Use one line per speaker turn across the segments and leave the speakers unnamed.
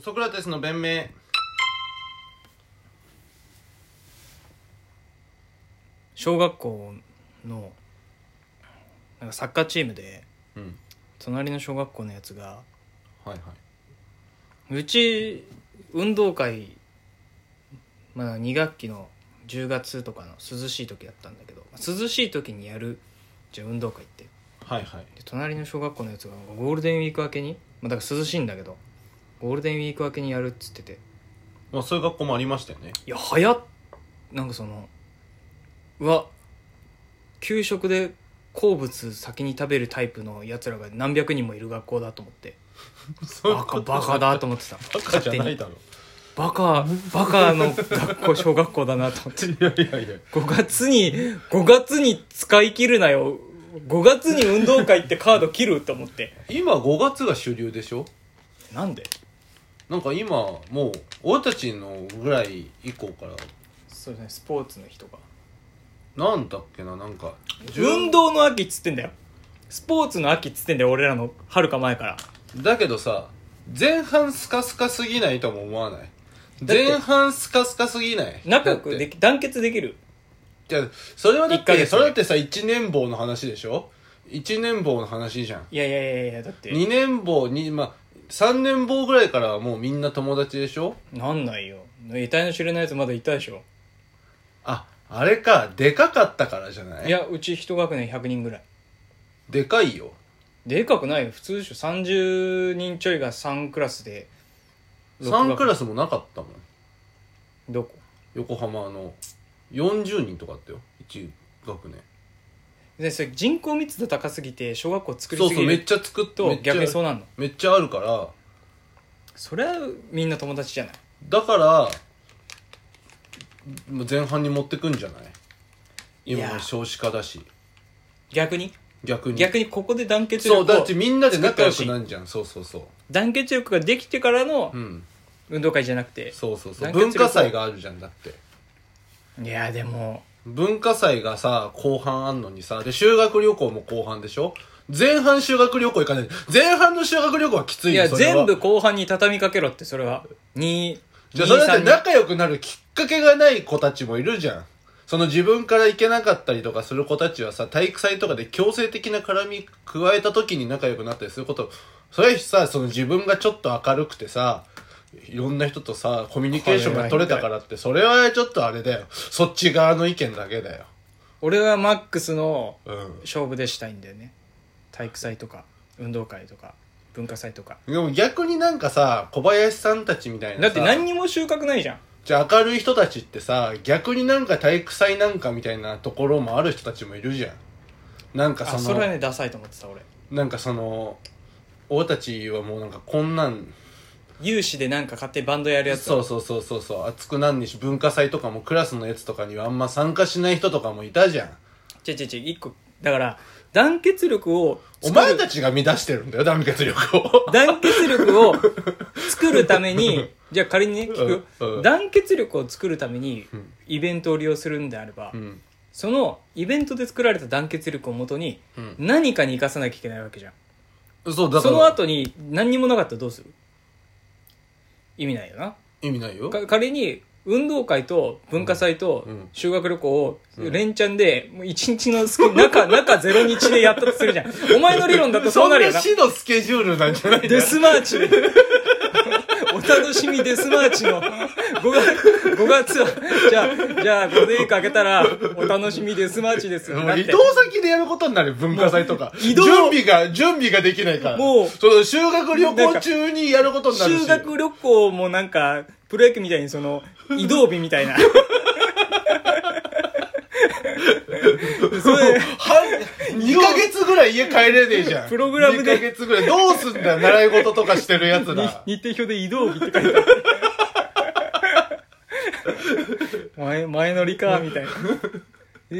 ソクラテスの弁明
小学校のなんかサッカーチームで
うん
隣の小学校のやつが
はいはいう
ち運動会まだ2学期の10月とかの涼しい時だったんだけど涼しい時にやるじゃあ運動会って
はいはい
で隣の小学校のやつがゴールデンウィーク明けに、まあ、だから涼しいんだけどゴールデンウィーク明けにやるっつってて
まあそういう学校もありましたよね
いや早っなんかそのうわ給食で好物先に食べるタイプのやつらが何百人もいる学校だと思って
そういう
バ
こ
カ
と
バカだと思ってた
バカじゃないだろ
バカバカの学校小学校だなと思って
いやいやいや
5月に5月に使い切るなよ5月に運動会ってカード切ると思って
今5月が主流でしょ
なんで
なんか今もう俺たちのぐらい以降から
そうねスポーツの人が
なんだっけななんか
運動の秋っつってんだよスポーツの秋っつってんだよ俺らのはるか前から
だけどさ前半スカスカすぎないとも思わない
だって
前半スカスカすぎない
仲良くで
き
き団結できる
それはだっ
一ヶ
て
月
それだってさ一年坊の話でしょ一年坊の話じゃん
いやいやいやいやだって
二年坊にまあ三年坊ぐらいからはもうみんな友達でしょ
なんないよ得体の知れないやつまだいたでしょ
ああれかでかかったからじゃない
いやうち一学年100人ぐらい
でかいよ
でかくないよ普通でしょ30人ちょいが3クラスで
3クラ
ス
スもなかったもん
どこ
横浜の40人とかあったよ1学年
でそれ人口密度高すぎて小学校作
そ
り
う
す
そ
ぎ
うめっ
る
ちゃ作っめ
と
っちゃ
逆にそうなんの
めっちゃあるから
それはみんな友達じゃない
だからもう前半に持ってくんじゃない今
い
の
や
少子化だし
逆に
逆に
逆にここで団結力
そうだっ
を
てみんなで仲良くなんじゃんそうそうそう
団結力ができてからの
うん
運動会じゃなくて
そうそうそう
団結
文
力
化祭があるじゃんだって
いやでも
文化祭がさ後半あんのにさで修学旅行も後半でしょ前半修学旅行行かない前半の修学旅行はきつい
い
よ
や
それは
全部後半に畳みかけろってそれは2
じゃあそれだって
3
仲良くなるきっかけがない子たちもいるじゃん。その自分から行けなかったりとかする子たちはさ、体育祭とかで強制的な絡み加えた時に仲良くなったりすること、それさ、その自分がちょっと明るくてさ、いろんな人とさ、コミュニケーションが取れたからって、それはちょっとあれだよ。そっち側の意見だけだよ。
俺はマックスの
うん。
勝負でしたいんだよね体育祭とか運動会とか文化祭とか
でも逆になんかさ、小林さんたちみたいなさ。
だって何にも収穫ないじゃん
じゃあ明るい人たちってさ、逆になんか体育祭なんかみたいなところもある人たちもいるじゃん。なんかそ
あそ
の、
れはねダサいと思ってた俺
なんかその、俺たちはもうなんかこんなん、
有志でなんか勝手にバンドやるやつ
そうそうそうそうそう、熱くなんにし、文化祭とかもクラスのやつとかにはあんま参加しない人とかもいたじゃん。
ちょいちょいちょい一個だから団結力を
お
作
前
る
たちが乱してるんだよ、団結力 を。
団結 力を作るためにじゃあ仮にね聞く、
うんうん
団結力を作るために
うん
イベントを利用するんであれば、
ん。
そのイベントで作られた団結力をもとに
うん。
何かに生かさなきゃいけないわけじゃん
そう、だから。
その後に何にもなかったらどうする意味ないよな
意味ないよ。
か仮に運動会と文化祭と
うんうん
修学旅行を
うん
連チャンでもう一日の隙 中中ゼロ日でやったとするじゃんお前の理論だとそうなるよな
そんな死のスケジュールなんじゃないんだよ
デスマーチ お楽しみデスマーチの5月 ,5 月はじゃあじゃあ5年かけたらお楽しみデスマーチですよ
も
だっ
う移
て
動先でやることになる文化祭とか
移動
準備が準備ができないから
もう
その修学旅行中にやることになるし
修学旅行もなんかプロ野球みたいにその移動日みたい なそれ
2ヶ月ぐらい家帰れねえじゃん
プログラムで
2ヶ月ぐらいどうすんだよ習い事とかしてるやつら
に日程表で移動日って書いてある前前乗りかみたいな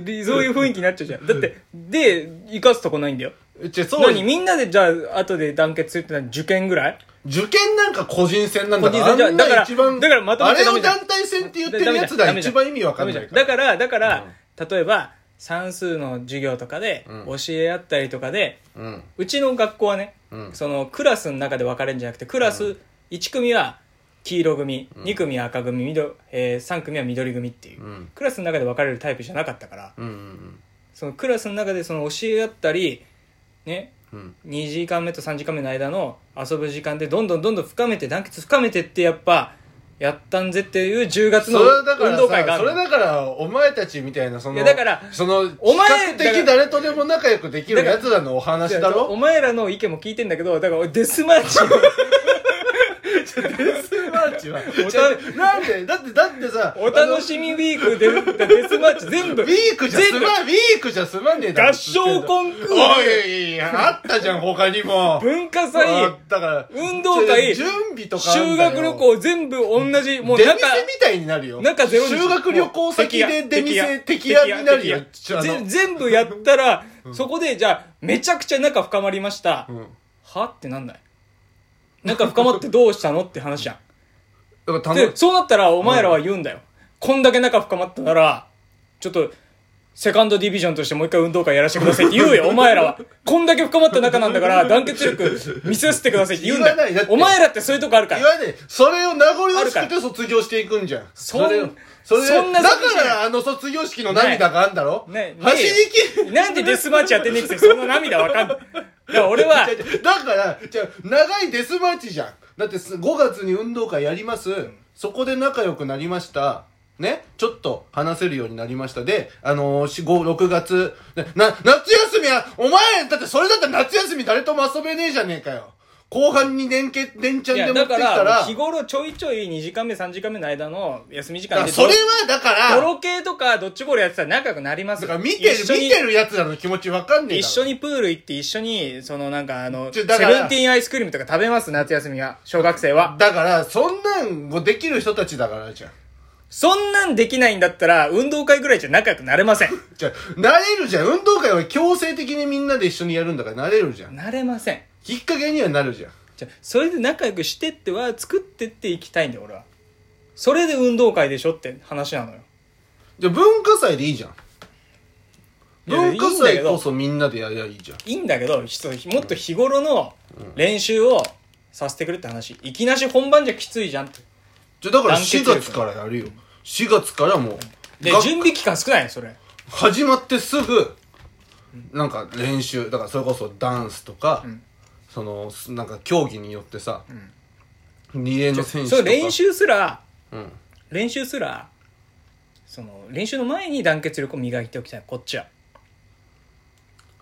でそういう雰囲気になっちゃうじゃんだってで生かすとこないんだよ
ちょそう
何みんなでじゃあ後で団結するってのは受験ぐらい
受験なんか個人戦なんだから
個人戦じゃ
あんな
だから
一番
だからまと
あ
めちゃ
れ
ダ
を
メじゃん
団体戦って言ってるやつら一番意味わかんないから
だからだから、
う
例えば算数の授業とかで
う
教え合ったりとかで、
うん
うちの学校はね、
うん
そのクラスの中で分かれるんじゃなくてクラス1組は黄色組、2組赤組、緑えー3組は緑組っていう、
うん
クラスの中で分かれるタイプじゃなかったから
うんうん
そのクラスの中でその教え合ったりね
うん
2時間目と3時間目の間の遊ぶ時間でどんどんどんどん深めて団結深めてってやっぱやったんぜっていう10
そ
月の
れだか
運
ら
動会が
さ
あ
それ
る
だからお前たちみたいなそ
い
の
やだから
その比
お前
較的誰とでも仲良くできる
だから
奴らのお話だ
お
ろ
前らの意見も聞いてんだけどだから俺デスマーチ
マーチは
お
じゃあなんでだってだってさ
お楽しみウィークでデスマーチ全
あ
部
のウィークじゃす
全部
まんウィークじゃすまんねえだろ
合唱コンクール
おいいやあったじゃん他にも
文化祭
あだから
運動会
準備とかあん
修
だよ
学旅行全部同じもう
出
中
店みたいになるよ
中ゼロ日
修学旅行先で出店的屋になるよ
敵や
あの
ぜ全部やったら、そこでじゃあめちゃくちゃ仲深まりました、
うん
はってなんない仲深まってどうしたのって話じゃ
だか
ん
ら
で
楽し
そうなったらお前らは言うんだよ、こんだけ仲深まったならちょっとセカンドディビジョンとしてもう一回運動会やらせてくださいって 言うよ、お前らは。こんだけ深まった仲なんだから、団結力見せてくださいって言うんだ
言わないだっ
よ。
て
お前らってそういうとこあるか
い
ら。
わゆるそれを名残惜し
ある
く
か
て卒業していくんじゃん
そん
れをそれ
そんな
だか
寂しい
らあの卒業式の涙があんだろ
ねね
走り切る
なんでデスマーチやってんねんくせにその涙わかんない。だから俺
だ
は、
からじゃあ長いデスマッチじゃんだってす5月に運動会やります、そこで仲良くなりましたねちょっと話せるようになりましたであのー、しご6月ねな夏休みはお前だってそれだったら夏休み誰とも遊べねえじゃねえかよ後半に連携連チャン
い
で
や
持っ
だ
てき
か
た
ら
ら
日頃ちょいちょい2時間目3時間目の間の休み時
だか
間
ら
で
それはだから
ドロ系とかドッジボールやってたら仲良くなります
だから見てる
一緒に
見てるやつらの気持ちわかんねえ
一
だろ
緒にプール行って一緒にそのなんかあの
ち
セ
ょだから
ブンティーンアイスクリームとか食べます夏休みは小学生は
だからそんなんをできる人たちだからじゃん
そんなんできないんだったら運動会ぐらいじゃ仲良くなれません
じゃあなれるじゃん運動会は強制的にみんなで一緒にやるんだからなれるじゃん
なれません
きっかけにはなるじゃん
じゃあそれで仲良くしてっては作ってっていきたいんだよ俺はそれで運動会でしょって話なのよ
じゃあ文化祭でいいじゃん
いや
文化
いいんだけ
祭
ど
こそみんなでやりゃいいじゃん
いいんだけどひともっと日頃の練習をさせてくれって話いきなし本番じゃきついじゃんって
じゃあだから
団結
4
力
月からやるよ4月からもう
で
が
準備期間少ないのそれ
始まってすぐなんか練習だからそれこそダンスとか、
ん
そのすなんか競技によってさ、リレーの選手と
そ
か
れ練習すら
うん
練習すらその練習の前に団結力を磨いておきたいこっちは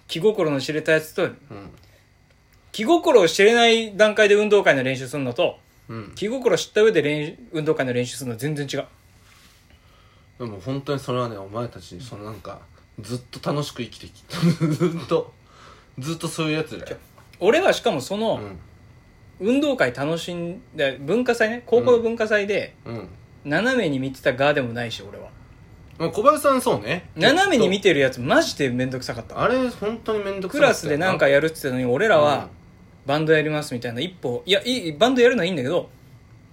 気心の知れたやつと
うん
気心を知れない段階で運動会の練習するのと
うん
気心知った上で練習運動会の練習するのは全然違う
でも本当にそれはねお前たちにそのなんかずっと楽しく生きてき たずっとずっとそういうやつだよ
俺はしかもその、
うん
運動会楽しんで文化祭ね高校の文化祭で
うん
斜めに見てた側でもないし俺は
まあ小林さんそうね
斜めに見
て
てるやつマジで面倒くさかった
あれ本当に面倒くさかった
ク
よ
ラスでなんかやるって言ってたのに俺ら
うん
はバンドやりますみたいな一歩いやいいバンドやるのはいいんだけど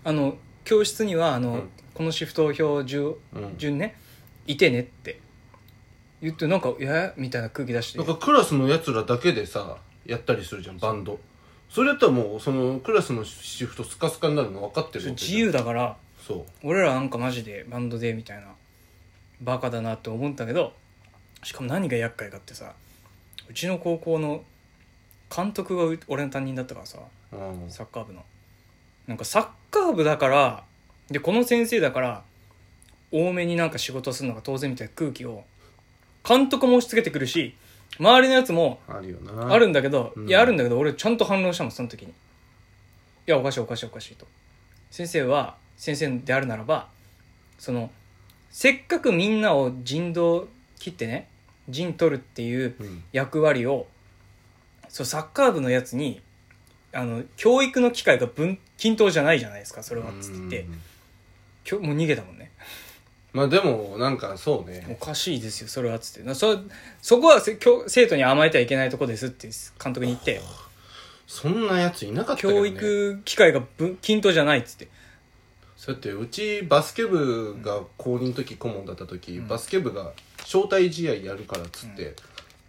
あの教室にはあの、
うん
このシフト表順
うん
順ねいてねって言ってなんか「いや」みたいな空気出して
なんかクラスのやつらだけでさやったりするじゃんバンドそれやったらもうそのクラスのシフトスカスカになるの分かってるわけ
自
じゃん
由だから
そう
俺らなんかマジでバンドでみたいなバカだなって思ったけどしかも何が厄介かってさうちの高校の監督がう俺の担任だったからさ
うん
サッカー部のなんかサッカー部だからでこの先生だから多めになんか仕事するのが当然みたいな空気を監督も押し付けてくるし周りのやつも
あるよな
あるんだけど、
うん
いやあるんだけど俺ちゃんと反論したもんその時にいやおかしいおかしいおかしいと先生は先生であるならばそのせっかくみんなを人道切ってね陣取るっていう
うん
役割をそうサッカー部のやつにあの教育の機会が分均等じゃないじゃないですかそれはっつって言って
うん
きょもう逃げたもんね
まあでもなんかそう
お
ね
かしいですよそれはっつってなそそこはせ教生徒に甘えてはいけないとこですって監督に言って
そんなやついなかったけどね
教育機会が分均等じゃないっ つって
そうやってうちバスケ部が公認の時顧問だった時、
ん
バスケ部が招待試合やるからっつって、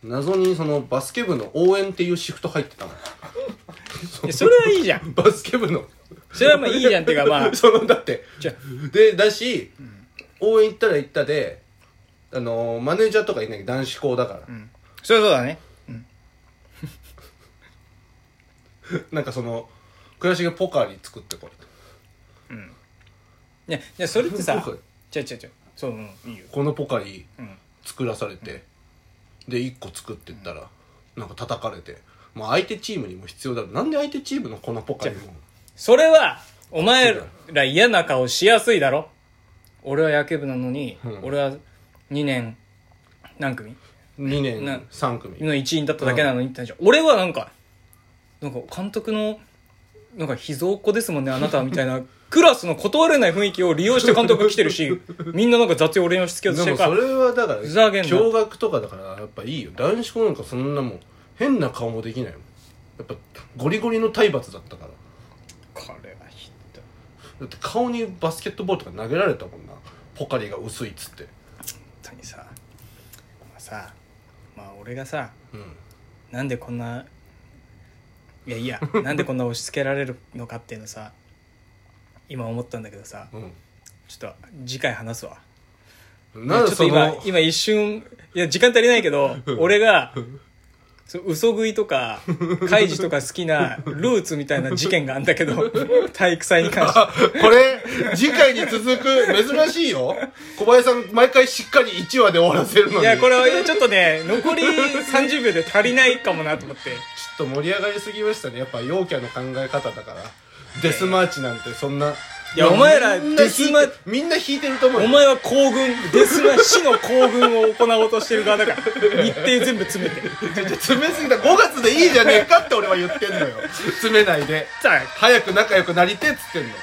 謎にそのバス ケ部の応援っていうシフト入ってたの
いやそれはいいじゃん
バスケ部の
それはまあいいじゃんっていうかま あ
そのだって
じゃあ
でだし、応援行ったら行ったであのーマネージャーとかいないけど男子校だから、
うんそれはそうだねうん
なんかその倉重がポカリ作ってこい
うんねで それってさ
ポカリ
違う違う違うそううんいいよ
このポカリ
うん
作らされて、で1個作ってったら、なんか叩かれてもう相手チームにも必要だろなんで相手チームのこのポカリも
それはお前ら嫌な顔しやすいだろ俺は野球部なのに、
うん
俺は2年何組
2
な
年3組
の一員だっただけなのにって話俺はなんかなんか監督のなんか秘蔵っ子ですもんねあなたはみたい なクラスの断れない雰囲気を利用して監督が来てるしみんななんか雑用俺に押し付けようと
で
して
も
るか
そ
ら
れはだから
ふざけんな
驚愕とかだからやっぱいいよ男子校なんかそんなもん変な顔もできないもんやっぱゴリゴリの体罰だったから
これはひど
だ
い
って顔にバスケットボールとか投げられたもんなポカリが薄いっつって
本当にさまあさまあ俺がさ
うん
なんでこんないやいや なんでこんな押し付けられるのかっていうのさ今思ったんだけどさちょっと次回話すわ
うんなん
ちょ
で
っと
そ
今
の
今一瞬いや時間足りない けど俺がそう嘘食いとか開示とか好きなルーツみたいな事件があんだ けど体育祭に関して
あこれ次回に続く珍しいよ小林さん毎回しっかり1話で終わらせるのに
いやこれはいやちょっとね残り30秒で足りないかもなと思って
ちょっと盛り上がりすぎましたねやっぱ陽キャの考え方だからデスマーチなんてそんない
やお前ら
みんな
デスマ
引いてみんな引いてると思うよ
お前は行軍デスマ死の行軍を行おうとしてる側だから日程全部詰めて
詰めすぎた5月でいいじゃねえかって俺は言ってんのよ詰めないで
さあ
早く仲良くなりてっつってんの